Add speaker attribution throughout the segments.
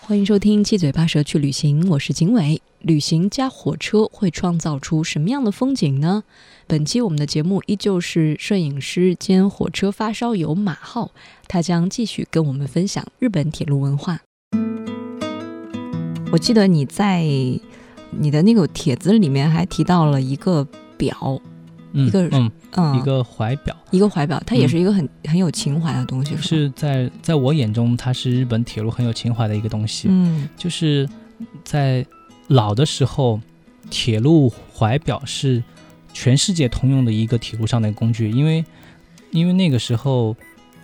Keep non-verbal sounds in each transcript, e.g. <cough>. Speaker 1: 欢迎收听《七嘴八舌去旅行》，我是景伟。旅行加火车会创造出什么样的风景呢？本期我们的节目依旧是摄影师兼火车发烧友马浩，他将继续跟我们分享日本铁路文化。我记得你在你的那个帖子里面还提到了一个表，
Speaker 2: 嗯
Speaker 1: 一个
Speaker 2: 嗯
Speaker 1: 嗯，
Speaker 2: 一个怀表，
Speaker 1: 一个怀表，它也
Speaker 2: 嗯
Speaker 1: 是一个很、很有情怀的东西，是吗
Speaker 2: 是在在我眼中，它是日本铁路很有情怀的一个东西。
Speaker 1: 嗯
Speaker 2: 就是在老的时候，铁路怀表是全世界通用的一个铁路上的工具，因为因为那个时候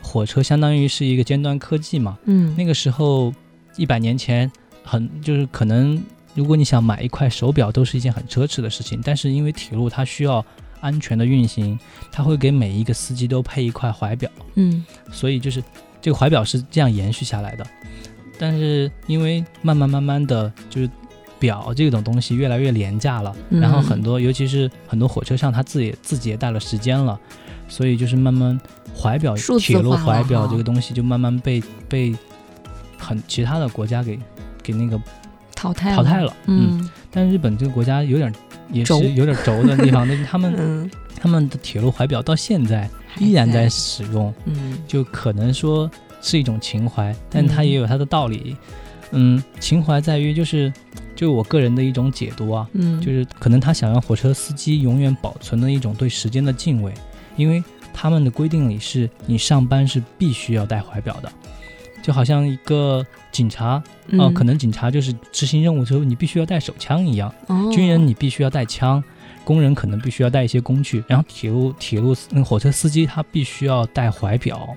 Speaker 2: 火车相当于是一个尖端科技嘛，
Speaker 1: 嗯
Speaker 2: 那个时候一百年前很就是可能，如果你想买一块手表，都是一件很奢侈的事情。但是因为铁路它需要安全的运行，它会给每一个司机都配一块怀表，
Speaker 1: 嗯
Speaker 2: 所以就是这个怀表是这样延续下来的。但是因为慢慢慢慢的就是。表这种东西越来越廉价了，
Speaker 1: 嗯
Speaker 2: 然后很多，尤其是很多火车上，它自己自己也带了时间了，所以就是慢慢怀表
Speaker 1: 数字
Speaker 2: 铁路
Speaker 1: 化了
Speaker 2: 怀表
Speaker 1: 哈
Speaker 2: 这个东西就慢慢被被很其他的国家给给那个
Speaker 1: 淘汰
Speaker 2: 淘汰了，嗯。
Speaker 1: 嗯
Speaker 2: 但日本这个国家有点也
Speaker 1: 轴
Speaker 2: 是有点轴的地方，但是他们
Speaker 1: 嗯，
Speaker 2: 他们的铁路怀表到现在依然在
Speaker 1: 还
Speaker 2: 使用，
Speaker 1: 嗯
Speaker 2: 就可能说是一种情怀，但它
Speaker 1: 嗯
Speaker 2: 也有它的道理。嗯，情怀在于就是就我个人的一种解读啊，
Speaker 1: 嗯，
Speaker 2: 就是可能他想让火车司机永远保存的一种对时间的敬畏，因为他们的规定里是你上班是必须要戴怀表的，就好像一个警察哦、
Speaker 1: 嗯
Speaker 2: 可能警察就是执行任务之后你必须要带手枪一样，
Speaker 1: 哦
Speaker 2: 军人你必须要带枪，工人可能必须要带一些工具，然后铁路铁路嗯火车司机他必须要戴怀表，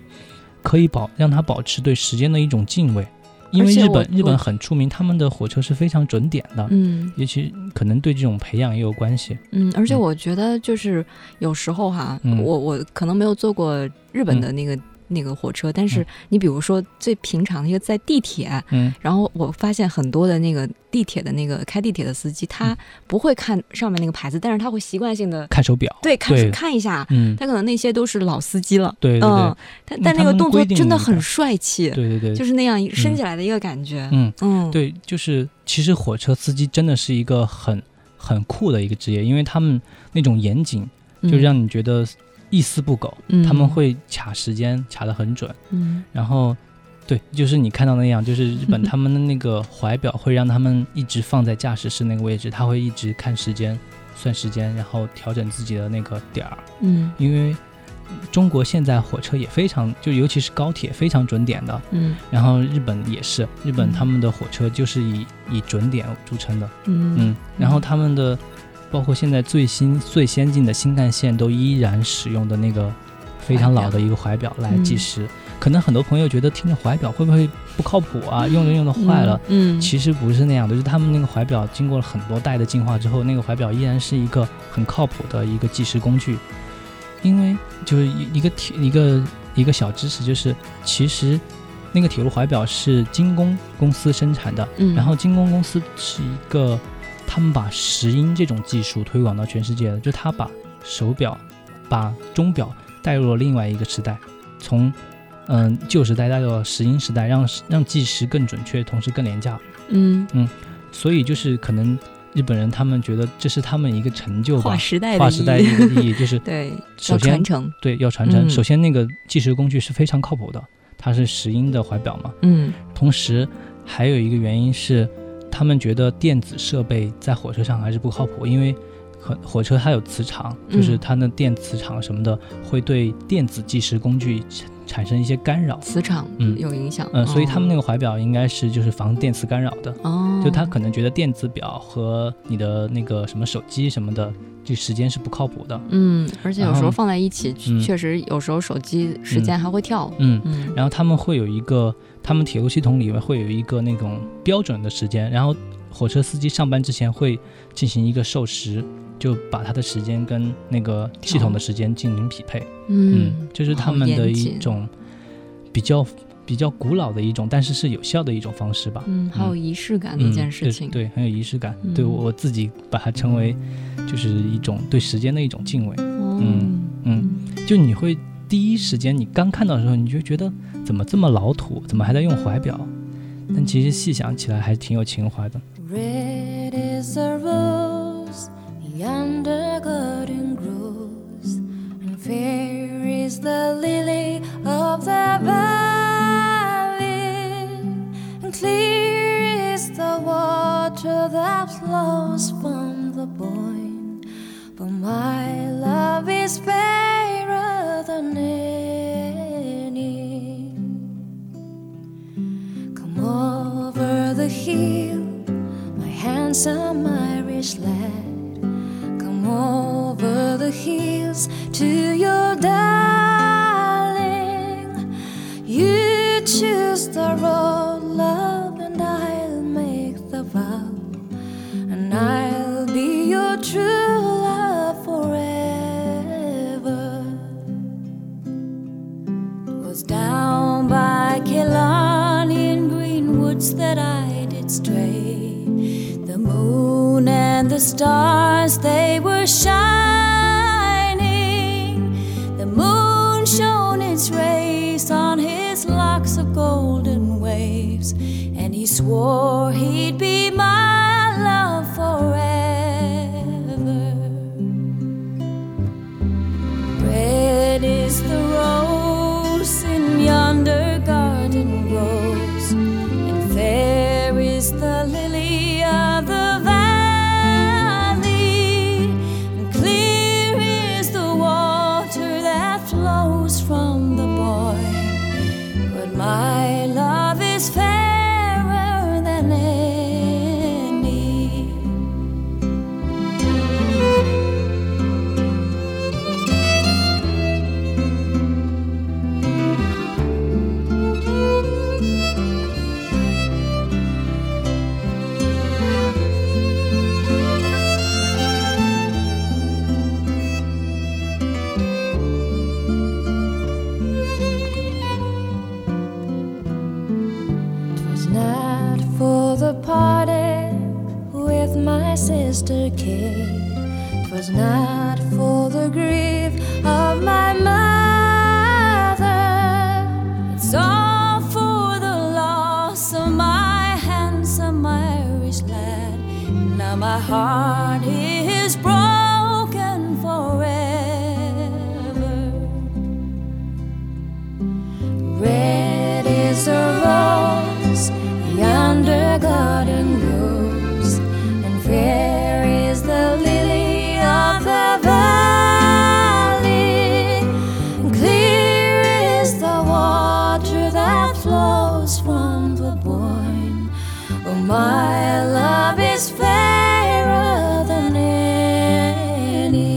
Speaker 2: 可以保让他保持对时间的一种敬畏，因为
Speaker 1: 而且
Speaker 2: 日
Speaker 1: 我
Speaker 2: 本日
Speaker 1: 我
Speaker 2: 本很出名，他们的火车是非常准点的，
Speaker 1: 嗯
Speaker 2: 也其可能对这种培养也有关系。
Speaker 1: 嗯，而且
Speaker 2: 嗯
Speaker 1: 我觉得就是有时候哈，
Speaker 2: 嗯
Speaker 1: 我我可能没有坐过日本的那个、那个火车，但是
Speaker 2: 嗯
Speaker 1: 你比如说最平常的一个在地铁，
Speaker 2: 嗯，
Speaker 1: 然后我发现很多的那个地铁的那个开地铁的司机，
Speaker 2: 嗯
Speaker 1: 他不会看上面那个牌子，但是他会习惯性的
Speaker 2: 看手表。
Speaker 1: 对看
Speaker 2: 对
Speaker 1: 看一下。
Speaker 2: 嗯，
Speaker 1: 他可能那些都是老司机了，
Speaker 2: 对对对
Speaker 1: 嗯，但
Speaker 2: 嗯
Speaker 1: 但那
Speaker 2: 他
Speaker 1: 个
Speaker 2: 们
Speaker 1: 动作
Speaker 2: 规定
Speaker 1: 真的
Speaker 2: 你
Speaker 1: 很
Speaker 2: 看
Speaker 1: 帅气，
Speaker 2: 对对对，
Speaker 1: 就是那样一升
Speaker 2: 嗯
Speaker 1: 起来的一个感觉，
Speaker 2: 嗯，
Speaker 1: 嗯，
Speaker 2: 对，就是其实火车司机真的是一个很很酷的一个职业，因为他们那种严谨，
Speaker 1: 嗯，
Speaker 2: 就让你觉得一丝不苟，
Speaker 1: 嗯
Speaker 2: 他们会卡时间卡得很准，
Speaker 1: 嗯
Speaker 2: 然后。对，就是你看到那样，就是日
Speaker 1: <laughs>
Speaker 2: 本他们的那个怀表会让他们一直放在驾驶室那个位置，他会一直看时间，算时间，然后调整自己的那个点儿。
Speaker 1: 嗯
Speaker 2: 因为中国现在火车也非常，就尤其是高铁非常准点的，
Speaker 1: 嗯
Speaker 2: 然后日本也是，日本
Speaker 1: 嗯
Speaker 2: 他们的火车就是以以准点著称的，
Speaker 1: 嗯
Speaker 2: 嗯，然后他们的包括现在最新最先进的新干线都依然使用的那个非常老的一个怀表嗯来计时，可能很多朋友觉得听着怀表会不会不靠谱啊，用着用着坏了。，
Speaker 1: 嗯，
Speaker 2: 其实不是那样的，就是他们那个怀表经过了很多代的进化之后，那个怀表依然是一个很靠谱的一个计时工具。因为就是一一个铁一个一个小知识，就是其实那个铁路怀表是精工公司生产的，
Speaker 1: 嗯，
Speaker 2: 然后精工公司是一个他们把石英这种技术推广到全世界的，就他把手表、把钟表带入了另外一个时代，从嗯旧时代带到了石英时代，让让计时更准确，同时更廉价。
Speaker 1: 嗯，
Speaker 2: 所以就是可能日本人他们觉得这是他们一个成就吧
Speaker 1: 划，时代的
Speaker 2: 划
Speaker 1: 意
Speaker 2: 时代的一
Speaker 1: 义，
Speaker 2: 个意义， <laughs> 就是
Speaker 1: 对，
Speaker 2: 首
Speaker 1: 要传
Speaker 2: 先
Speaker 1: 承，
Speaker 2: 对要传承。
Speaker 1: 嗯
Speaker 2: 首先那个计时工具是非常靠谱的，它是石英的怀表嘛，
Speaker 1: 嗯
Speaker 2: 同时还有一个原因是，他们觉得电子设备在火车上还是不靠谱，因为火火车它有磁场，就是
Speaker 1: 嗯
Speaker 2: 它的电磁场什么的会对电子计时工具产产生一些干扰。
Speaker 1: 磁场
Speaker 2: 嗯
Speaker 1: 有影响，
Speaker 2: 嗯，所以他们那
Speaker 1: 个
Speaker 2: 个怀表应该是就是防电磁干扰的，
Speaker 1: 哦，
Speaker 2: 就他可能觉得电子表和你的那个什么手机什么的，这时间是不靠谱的。
Speaker 1: 嗯，而且有时
Speaker 2: 然
Speaker 1: 候
Speaker 2: 后
Speaker 1: 放在一起，
Speaker 2: 嗯
Speaker 1: 确实有时候手机时间还会跳，
Speaker 2: 嗯，
Speaker 1: 嗯
Speaker 2: 然后他们会有一个，他们铁路系统里面会有一个那种标准的时间，然后火车司机上班之前会进行一个授时，就把他的时间跟那个系统的时间进行匹配。
Speaker 1: 嗯，
Speaker 2: 这是
Speaker 1: 好
Speaker 2: 他们的
Speaker 1: 严
Speaker 2: 一
Speaker 1: 谨
Speaker 2: 种比较比较古老的一种，但是是有效的一种方式吧。
Speaker 1: 嗯，好有仪式感的一件事情。
Speaker 2: 嗯对对，很有仪式感。
Speaker 1: 嗯
Speaker 2: 对我自己把它称为，就是一种对时间的一种敬畏。
Speaker 1: 哦
Speaker 2: 嗯嗯，就你会第一时间，你刚看到的时候，你就觉得怎么这么老土，怎么还在用怀表？但其实细想起来，还挺有情怀的。
Speaker 3: Red is the rose, yonder golden grows, and fair is the lily of the valley, and clear is the water that flows from the point. But my love is fairer than any. Come over the hill my handsome Irish lad. Come over the hills to your darling. You choose the road, love, and I'll make the vow. And I'll be your true love forever was down by Killarn in green woods that I did stray. The moon and the stars, they were shining. The moon shone its rays on his locks of golden waves, and he swore he'd be my love forever. Red is the rose in yonder garden grows, and fair is the lily of the valley, and clear is the water that flows from the boy. But my love is fairer than any. was not for the party with my sister Kate. 'Twas not for the grief of my mother. It's all for the loss of my handsome Irish lad. Now my heart is broken forever. Red is the rose, yonder garden grows, and fair is the lily of the valley, and clear is the water that flows from the boyne. Oh, my love is fairer than any.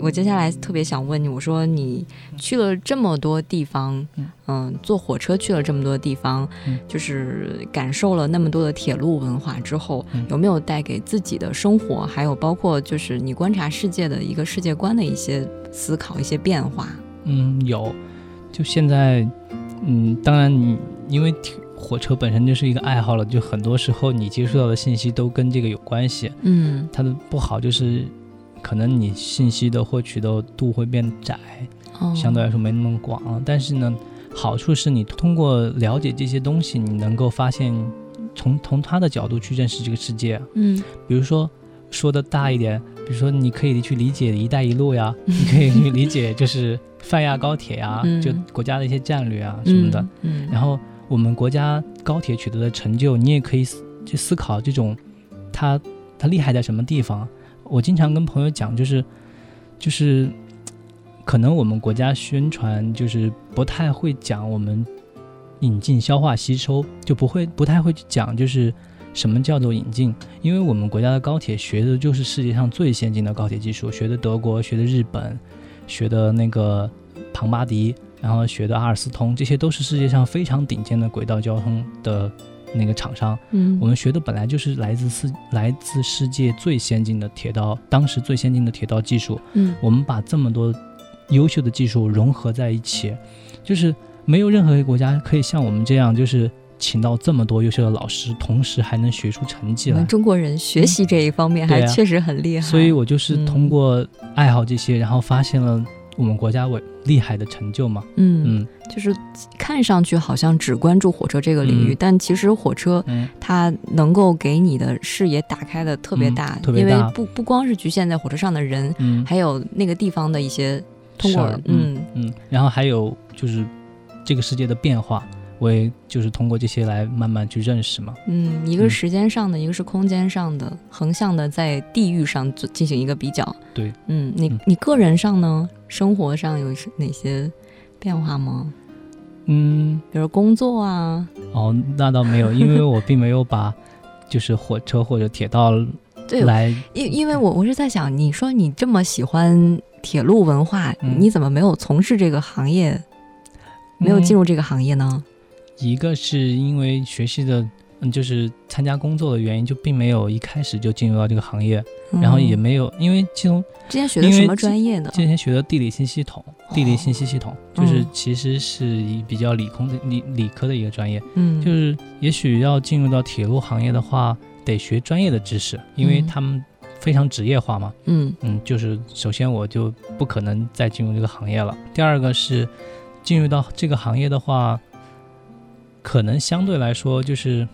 Speaker 1: 我接
Speaker 2: 嗯
Speaker 1: 下来特别想问你，我说你去了这么多地方，嗯、坐火车去了这么多地方，
Speaker 2: 嗯
Speaker 1: 就是感受了那么多的铁路文化之后，
Speaker 2: 嗯
Speaker 1: 有没有带给自己的生活，还有包括就是你观察世界的一个世界观的一些思考、一些变化？
Speaker 2: 嗯，有。就现在，嗯，当然你因为铁火车本身就是一个爱好了，就很多时候你接触到的信息都跟这个有关系。
Speaker 1: 嗯，
Speaker 2: 它的不好就是，可能你信息的获取的度会变窄，
Speaker 1: 哦
Speaker 2: 相对来说没那么广了。但是呢，好处是你通过了解这些东西，你能够发现从从他的角度去认识这个世界。啊
Speaker 1: 嗯
Speaker 2: 比如说说的大一点，比如说你可以去理解“一带一路”呀，你可以去理解就是泛亚高铁呀，
Speaker 1: 嗯
Speaker 2: 就国家的一些战略啊什么的。，
Speaker 1: 嗯，
Speaker 2: 然后我们国家高铁取得的成就，你也可以思去思考这种它它厉害在什么地方。我经常跟朋友讲，就是就是可能我们国家宣传就是不太会讲我们引进、消化、吸收，就不会不太会去讲就是。什么叫做引进？因为我们国家的高铁学的就是世界上最先进的高铁技术，学的德国，学的日本，学的那个庞巴迪，然后学的阿尔斯通，这些都是世界上非常顶尖的轨道交通的那个厂商，
Speaker 1: 嗯，
Speaker 2: 我们学的本来就是来自世来自世界最先进的铁道，当时最先进的铁道技术，
Speaker 1: 嗯
Speaker 2: 我们把这么多优秀的技术融合在一起，就是没有任何一个国家可以像我们这样，就是请到这么多优秀的老师，同时还能学出成绩
Speaker 1: 我
Speaker 2: 来
Speaker 1: 们。中国人学习这一方面还
Speaker 2: 对啊
Speaker 1: 确实很嗯厉害，
Speaker 2: 所以我就是
Speaker 1: 嗯
Speaker 2: 通过爱好这些，然后发现了我们国家伟厉害的成就嘛。
Speaker 1: 嗯，
Speaker 2: 嗯
Speaker 1: 就是看上去好像只关注火车这个领域，
Speaker 2: 嗯
Speaker 1: 但其实火车
Speaker 2: 嗯，
Speaker 1: 它能够给你的视野打开的特别
Speaker 2: 嗯
Speaker 1: 大，
Speaker 2: 特别
Speaker 1: 因
Speaker 2: 大
Speaker 1: 为不不光是局限在火车上的人，
Speaker 2: 嗯，
Speaker 1: 还有那个地方的一些通
Speaker 2: 事
Speaker 1: 过
Speaker 2: 儿
Speaker 1: 嗯
Speaker 2: 嗯，然后还有就是这个世界的变化，我也就是通过这些来慢慢去认识嘛。
Speaker 1: 嗯，一个是
Speaker 2: 嗯
Speaker 1: 时间上的，一个是空间上的，横向的在地域上做进行一个比较。
Speaker 2: 对，
Speaker 1: 嗯，你
Speaker 2: 嗯
Speaker 1: 你个人上呢，生活上有是哪些变化吗？
Speaker 2: 嗯，
Speaker 1: 比如工作啊，
Speaker 2: 哦，那倒没有，因为我并没有把就是火车或者铁道
Speaker 1: 对，
Speaker 2: 来，
Speaker 1: 因因为我我是在想，你说你这么喜欢铁路文化，
Speaker 2: 嗯
Speaker 1: 你怎么没有从事这个行业，没有
Speaker 2: 嗯
Speaker 1: 进入这个行业呢？
Speaker 2: 一个是因为学习的，嗯，就是参加工作的原因，就并没有一开始就进入到这个行业，然后也
Speaker 1: 嗯
Speaker 2: 没有，因为其中
Speaker 1: 之前学的
Speaker 2: 因
Speaker 1: 什
Speaker 2: 为
Speaker 1: 么
Speaker 2: 之
Speaker 1: 专业的？
Speaker 2: 之前学的地理信息系统，地理信息系统就是
Speaker 1: 嗯
Speaker 2: 其实是一比较理工的理理科的一个专业，
Speaker 1: 嗯，
Speaker 2: 就是也许要进入到铁路行业的话，得学专业的知识，因为
Speaker 1: 嗯
Speaker 2: 他们非常职业化嘛。
Speaker 1: 嗯
Speaker 2: 嗯，就是首先我就不可能再进入这个行业了。第二个是进入到这个行业的话，可能相对来说就是，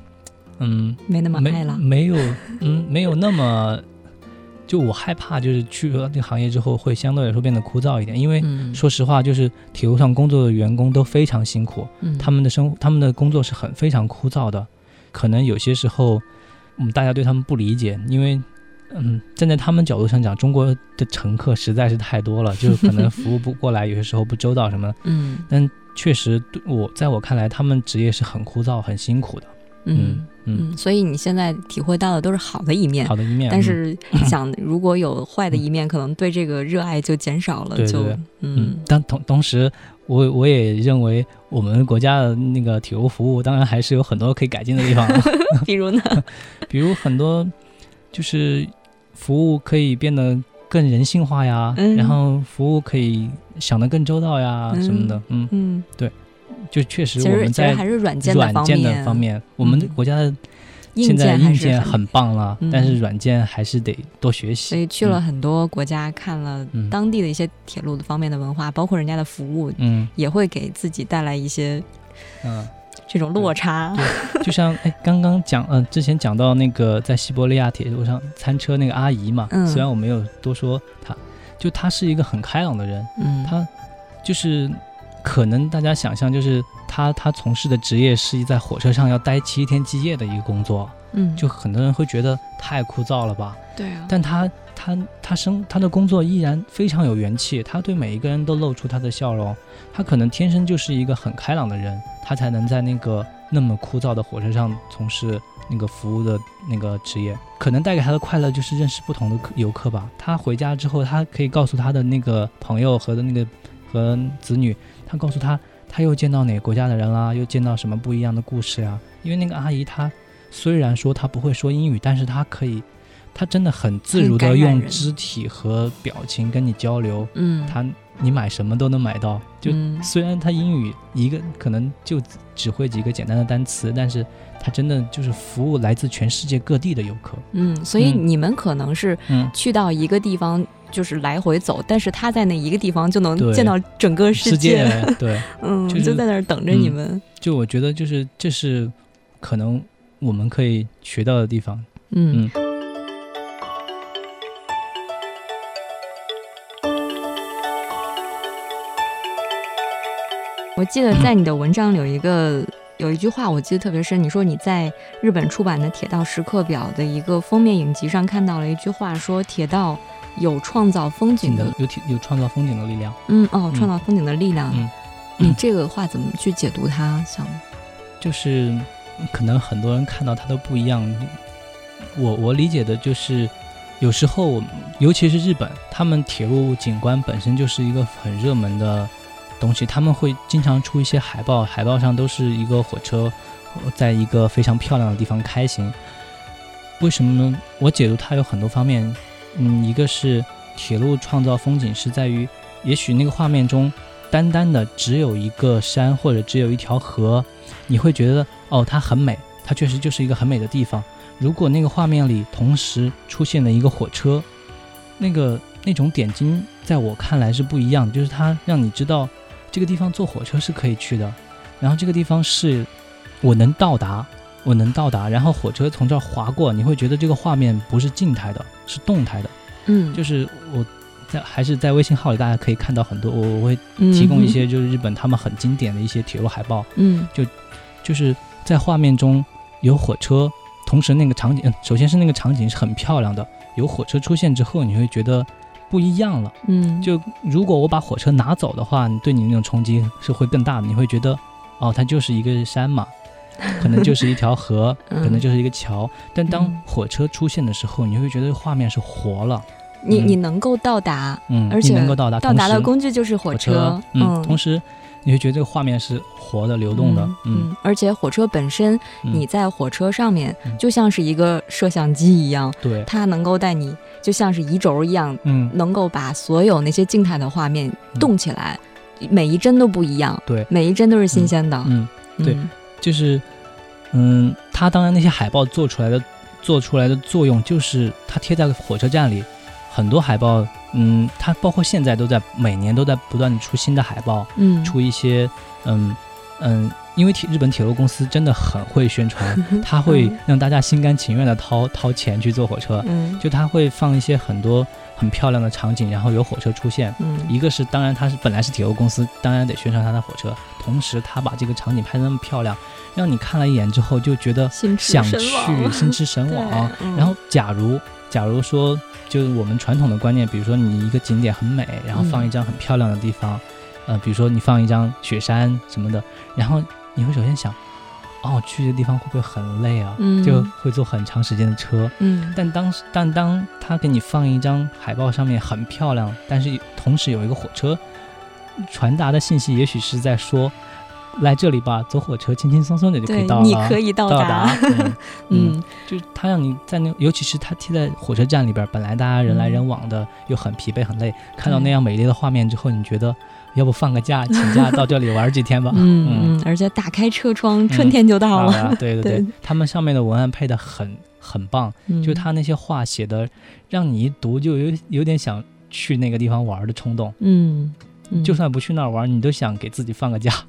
Speaker 2: 嗯，
Speaker 1: 没那么爱
Speaker 2: 没
Speaker 1: 了。
Speaker 2: 没有， <laughs> 嗯，没有那么，就我害怕就是去了这个行业之后会相对来说变得枯燥一点，因为。
Speaker 1: 嗯，
Speaker 2: 说实话，就是铁路上工作的员工都非常辛苦，啊
Speaker 1: 嗯
Speaker 2: 他们的生他们的工作是很非常枯燥的，可能有些时候，嗯，大家对他们不理解，因为，嗯，站在他们角度上讲，中国的乘客实在是太多
Speaker 1: <laughs>
Speaker 2: 了，就是可能服务不过来，有些时候不周到什么的。
Speaker 1: 嗯
Speaker 2: 但确实，对我在我看来，他们职业是很枯燥、很辛苦的。
Speaker 1: 嗯
Speaker 2: 嗯，
Speaker 1: 嗯，所以你现在体会到的都是好的一面，
Speaker 2: 好的一面，
Speaker 1: 但
Speaker 2: 嗯
Speaker 1: 是想如果有坏的
Speaker 2: <laughs>
Speaker 1: 一面，可能对这个热爱就减少了，
Speaker 2: 对对
Speaker 1: 就
Speaker 2: 对嗯
Speaker 1: 嗯，
Speaker 2: 但同同时，我我也认为我们国家的那个铁路服务，当然还是有很多可以改进的地方啊。
Speaker 1: <laughs> 比
Speaker 2: <laughs>
Speaker 1: 如呢，
Speaker 2: 比如很多就是服务可以变得更人性化呀，
Speaker 1: 嗯
Speaker 2: 然后服务可以想得更周到呀、
Speaker 1: 嗯
Speaker 2: 什么的，嗯，
Speaker 1: 嗯，
Speaker 2: 就确实
Speaker 1: 其
Speaker 2: 我
Speaker 1: 实
Speaker 2: 们
Speaker 1: 其实
Speaker 2: 在
Speaker 1: 还是软件
Speaker 2: 软
Speaker 1: 方嗯
Speaker 2: 件的方，面，我们的国家的
Speaker 1: 硬
Speaker 2: 现在
Speaker 1: 件
Speaker 2: 硬
Speaker 1: 还是
Speaker 2: 件很棒了，
Speaker 1: 嗯
Speaker 2: 但是软件还是得多学
Speaker 1: 所
Speaker 2: 习。
Speaker 1: 以去了很多国家，看了
Speaker 2: 嗯
Speaker 1: 当地的一些铁路的方面的文化，包括人家的服务，
Speaker 2: 嗯
Speaker 1: 也会给自己带来一些
Speaker 2: 嗯，
Speaker 1: 这种落差。
Speaker 2: 就像哎，刚刚讲，嗯、之前讲到那个在西伯利亚铁路上餐车那个阿姨嘛，
Speaker 1: 嗯
Speaker 2: 虽然我没有多说她，就她是一个很开朗的人，
Speaker 1: 嗯，
Speaker 2: 他就是可能大家想象就是他他从事的职业是在火车上要待七天七夜的一个工作，
Speaker 1: 嗯，
Speaker 2: 就很多人会觉得太枯燥了吧？
Speaker 1: 对啊，
Speaker 2: 但他他他生他的工作依然非常有元气，他对每一个人都露出他的笑容，他可能天生就是一个很开朗的人，他才能在那个那么枯燥的火车上从事那个服务的那个职业，可能带给他的快乐就是认识不同的客游客吧。他回家之后，他可以告诉他的那个朋友和的那个和子女，他告诉他他又见到哪个国家的人啦，又见到什么不一样的故事呀、啊因为那个阿姨她虽然说她不会说英语，但是她可以，她真的很自如的
Speaker 1: 很感染
Speaker 2: 用
Speaker 1: 人
Speaker 2: 肢体和表情跟你交流。
Speaker 1: 嗯，
Speaker 2: 她你买什么都能买到，就
Speaker 1: 嗯
Speaker 2: 虽然她英语一个可能就只会几个简单的单词，但是她真的就是服务来自全世界各地的游客。
Speaker 1: 嗯，所以
Speaker 2: 嗯
Speaker 1: 你们可能是
Speaker 2: 嗯，
Speaker 1: 去到一个地方就是来回走，但是他在那一个地方就能
Speaker 2: 对
Speaker 1: 见到整个
Speaker 2: 嗯
Speaker 1: 世
Speaker 2: 世界对，
Speaker 1: 嗯，
Speaker 2: 就是
Speaker 1: 在那儿等着你
Speaker 2: 嗯
Speaker 1: 们，
Speaker 2: 就我觉得就是这是可能我们可以学到的地方。
Speaker 1: 嗯。我记得在你的文章里有一个有一句话，我记得特别深。你说你在日本出版的《铁道时刻表》的一个封面影集上看到了一句话，说铁道有创造风景
Speaker 2: 景
Speaker 1: 的
Speaker 2: 的有体有创造风景的力量。
Speaker 1: 嗯哦，
Speaker 2: 嗯
Speaker 1: 创造风景的力量。
Speaker 2: 嗯
Speaker 1: 你这个话怎么去解读它？想，
Speaker 2: 就是嗯可能很多人看到它都不一样。我我理解的就是，有时候我们尤其是日本，他们铁路景观本身就是一个很热门的东西，他们会经常出一些海报，海报上都是一个火车在一个非常漂亮的地方开行。为什么呢？我解读它有很多方面，嗯，一个是铁路创造风景是在于，也许那个画面中单单的只有一个山或者只有一条河，你会觉得哦，它很美，它确实就是一个很美的地方。如果那个画面里同时出现了一个火车，那个那种点睛，在我看来是不一样的，就是它让你知道这个地方坐火车是可以去的，然后这个地方是我能到达，我能到达，然后火车从这儿划过，你会觉得这个画面不是静态的，是动态的。
Speaker 1: 嗯，
Speaker 2: 就是我在还是在微信号里，大家可以看到很多，我我会提供一些就是日本他们很经典的一些铁路海报，
Speaker 1: 嗯，
Speaker 2: 就是在画面中有火车，同时那个场景，呃首先是那个场景是很漂亮的，有火车出现之后，你会觉得不一样了。
Speaker 1: 嗯嗯，
Speaker 2: 就如果我把火车拿走的话，你对你那种冲击是会更大的，你会觉得，哦，它就是一个山
Speaker 1: <laughs>
Speaker 2: 嘛，可能就是一条河，
Speaker 1: 嗯
Speaker 2: 可能就是一个桥。但当
Speaker 1: 嗯
Speaker 2: 火车出现的时候，你会觉得画面是活了，
Speaker 1: 你
Speaker 2: 嗯
Speaker 1: 你能够到达，
Speaker 2: 嗯，
Speaker 1: 而
Speaker 2: 你
Speaker 1: 且
Speaker 2: 能够到达，
Speaker 1: 到达
Speaker 2: 同
Speaker 1: 的
Speaker 2: 时
Speaker 1: 工具就是
Speaker 2: 火
Speaker 1: 火
Speaker 2: 嗯，同
Speaker 1: 时
Speaker 2: 时你会觉得这个画面是活的、流动的，嗯，
Speaker 1: 嗯，而且火车本身，
Speaker 2: 嗯
Speaker 1: 你在火车上面
Speaker 2: 嗯
Speaker 1: 就像是一个摄像机一样，
Speaker 2: 对，
Speaker 1: 它能够带你就像是移轴一样，
Speaker 2: 嗯，
Speaker 1: 能够把所有那些静态的画面动起来，每一帧都不一样，
Speaker 2: 嗯对
Speaker 1: 每一帧都是新鲜的，
Speaker 2: 嗯，对
Speaker 1: 嗯
Speaker 2: 就是，嗯，它当然那些海报做出来的做出来的作用，就是它贴在火车站里，很多海报，嗯，它包括现在都在每年都在不断的出新的海报，
Speaker 1: 嗯，
Speaker 2: 出一些，嗯嗯，因为铁日本铁路公司真的很会宣
Speaker 1: <laughs>
Speaker 2: 传，它会让大家心甘情愿的掏掏钱去坐火车，
Speaker 1: 嗯
Speaker 2: 就它会放一些很多很漂亮的场景，然后有火车出现。
Speaker 1: 嗯
Speaker 2: 一个是，当然它是本来是铁路公司，当然得宣传它的火车，同时它把这个场景拍得那么漂亮，让你看了一眼之后就觉得
Speaker 1: 心驰
Speaker 2: 想
Speaker 1: 神
Speaker 2: 去，
Speaker 1: 往
Speaker 2: 心驰神
Speaker 1: <laughs> 对
Speaker 2: 往。
Speaker 1: 嗯
Speaker 2: 然后，假如假如说，就是我们传统的观念，比如说你一个景点很美，然后放一张很漂亮的地方，呃，比如说你放一张雪山什么的，然后你会首先想，哦，去这地方会不会很累啊？
Speaker 1: 嗯
Speaker 2: 就会坐很长时间的车。
Speaker 1: 嗯
Speaker 2: 但当时，但当他给你放一张海报，上面很漂亮，但是同时有一个火车，传达的信息也许是在说，来这里吧，坐火车轻轻松松的就可
Speaker 1: 对
Speaker 2: 以到，了，
Speaker 1: 你可以到
Speaker 2: 到达，
Speaker 1: <laughs>
Speaker 2: 嗯嗯，
Speaker 1: 嗯
Speaker 2: 就是他让你在那，尤其是他贴在火车站里边儿，本来大家人
Speaker 1: 嗯
Speaker 2: 来人往的，又很疲惫很累，看到那样美丽的画面之后，你觉得要不放个假，请假到这里玩儿几天吧？
Speaker 1: 嗯嗯，而且打开车窗，春
Speaker 2: 嗯
Speaker 1: 天就到
Speaker 2: 好
Speaker 1: 了，
Speaker 2: 了，对对
Speaker 1: <laughs> 对
Speaker 2: 对，他们上面的文案配的很很棒，
Speaker 1: 嗯
Speaker 2: 就他那些话写的，让你一读就有有点想去那个地方玩儿的冲动。
Speaker 1: 嗯，嗯，
Speaker 2: 就算不去那儿玩儿，你都想给自己放个假。
Speaker 1: 啊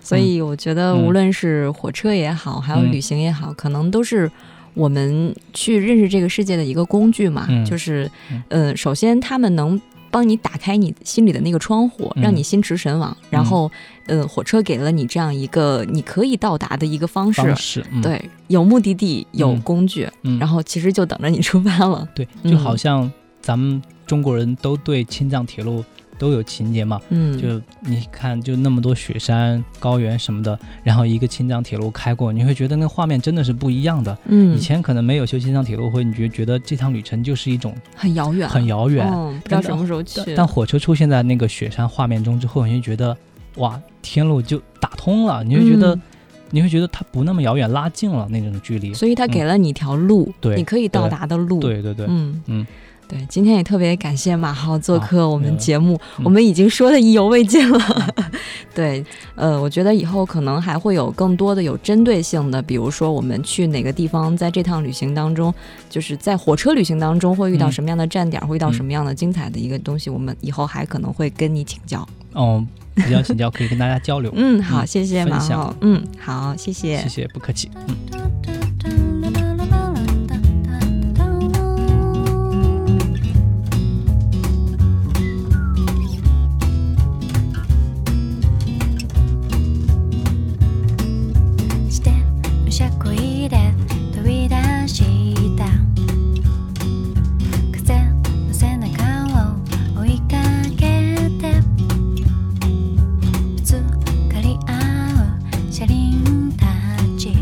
Speaker 1: 所以我觉得，
Speaker 2: 嗯
Speaker 1: 无论是火车也好，还有
Speaker 2: 嗯
Speaker 1: 旅行也好，可能都是我们去认识这个世界的一个工具嘛。
Speaker 2: 嗯
Speaker 1: 就是
Speaker 2: 嗯，
Speaker 1: 呃，首先他们能帮你打开你心里的那个窗户，
Speaker 2: 嗯
Speaker 1: 让你心驰神往。然
Speaker 2: 嗯
Speaker 1: 后，呃，火车给了你这样一个你可以到达的一个方式。
Speaker 2: 方式，嗯，
Speaker 1: 对，有目的地，有
Speaker 2: 嗯
Speaker 1: 工具，
Speaker 2: 嗯，
Speaker 1: 然后其实就等着你出发 <laughs> 了。
Speaker 2: 对，就好
Speaker 1: 嗯
Speaker 2: 像咱们中国人都对青藏铁路都有情节嘛。
Speaker 1: 嗯，
Speaker 2: 就你看，就那么多雪山、高原什么的，然后一个青藏铁路开过，你会觉得那画面真的是不一样的。
Speaker 1: 嗯
Speaker 2: 以，前可能没有修青藏铁路会，你觉觉得这趟旅程就是一种
Speaker 1: 嗯很遥远，
Speaker 2: 很遥远，
Speaker 1: 嗯，不知道
Speaker 2: 但
Speaker 1: 什么时候去。
Speaker 2: 但但火车出现在那个雪山画面中之后，你就觉得哇，天路就打通了，你会觉得、
Speaker 1: 嗯
Speaker 2: 你会觉得它不那么遥远，拉近了那种距离。
Speaker 1: 所以他给了你一条路，
Speaker 2: 对
Speaker 1: 你可以到
Speaker 2: 对
Speaker 1: 达的路。
Speaker 2: 对对对，
Speaker 1: 嗯
Speaker 2: 嗯
Speaker 1: 对，今天也特别感谢马浩做客我
Speaker 2: 没
Speaker 1: 们
Speaker 2: 有
Speaker 1: 节目，
Speaker 2: 嗯
Speaker 1: 我们已经说的意犹未尽了。 <laughs> 对，呃，我觉得以后可能还会有更多的有针对性的，比如说我们去哪个地方，在这趟旅行当中，就是在火车旅行当中会遇到
Speaker 2: 嗯
Speaker 1: 什么样的站点，会遇到
Speaker 2: 嗯
Speaker 1: 什么样的精彩的一个东西，我们以后还可能会跟你请教。
Speaker 2: 嗯，比较请教，可以跟大家交流。
Speaker 1: 嗯，好，谢谢
Speaker 2: 分
Speaker 1: 马
Speaker 2: 享
Speaker 1: 浩。嗯，好，谢
Speaker 2: 谢谢，不客气。嗯。
Speaker 3: してむしゃくいで飛び出した風の背中を追いかけてぶつかり合う車輪たち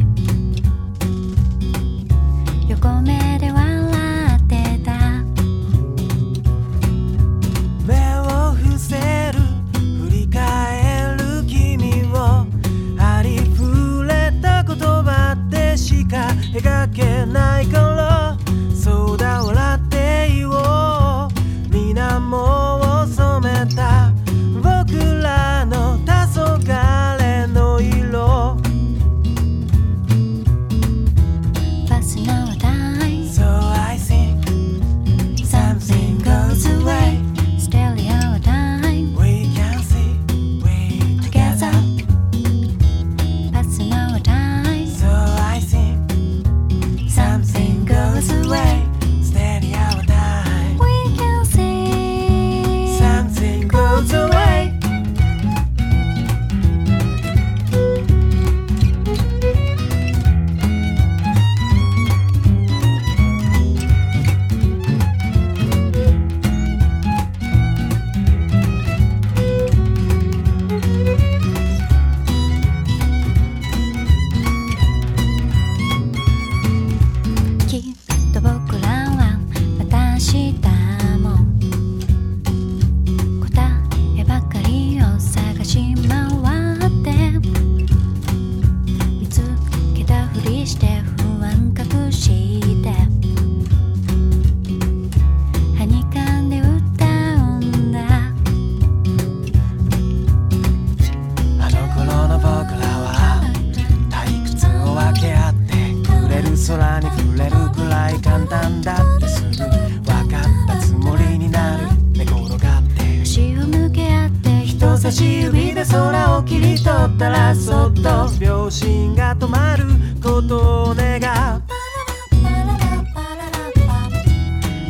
Speaker 4: ったらそっと秒針が止まることを願う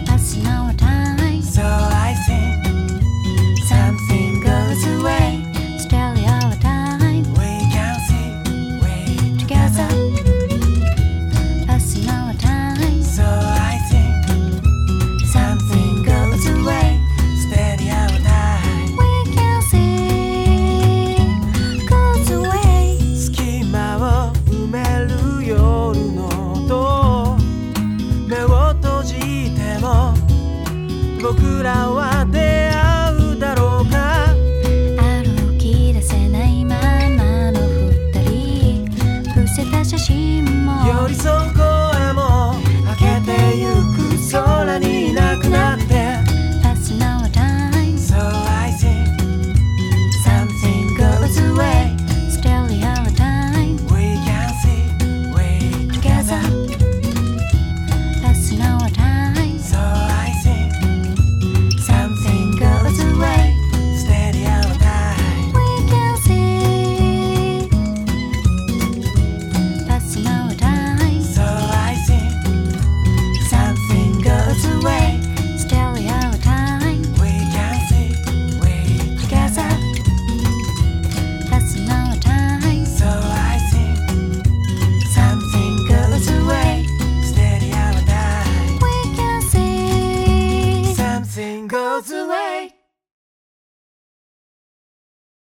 Speaker 3: That's now time.
Speaker 4: So I think something goes away
Speaker 3: Still your time.
Speaker 4: We can see way
Speaker 3: Together. That's now time.
Speaker 4: So I think something goes away Steady our time
Speaker 3: We can see. Goes away.
Speaker 4: 隙間を埋める夜の音目を閉じても僕らは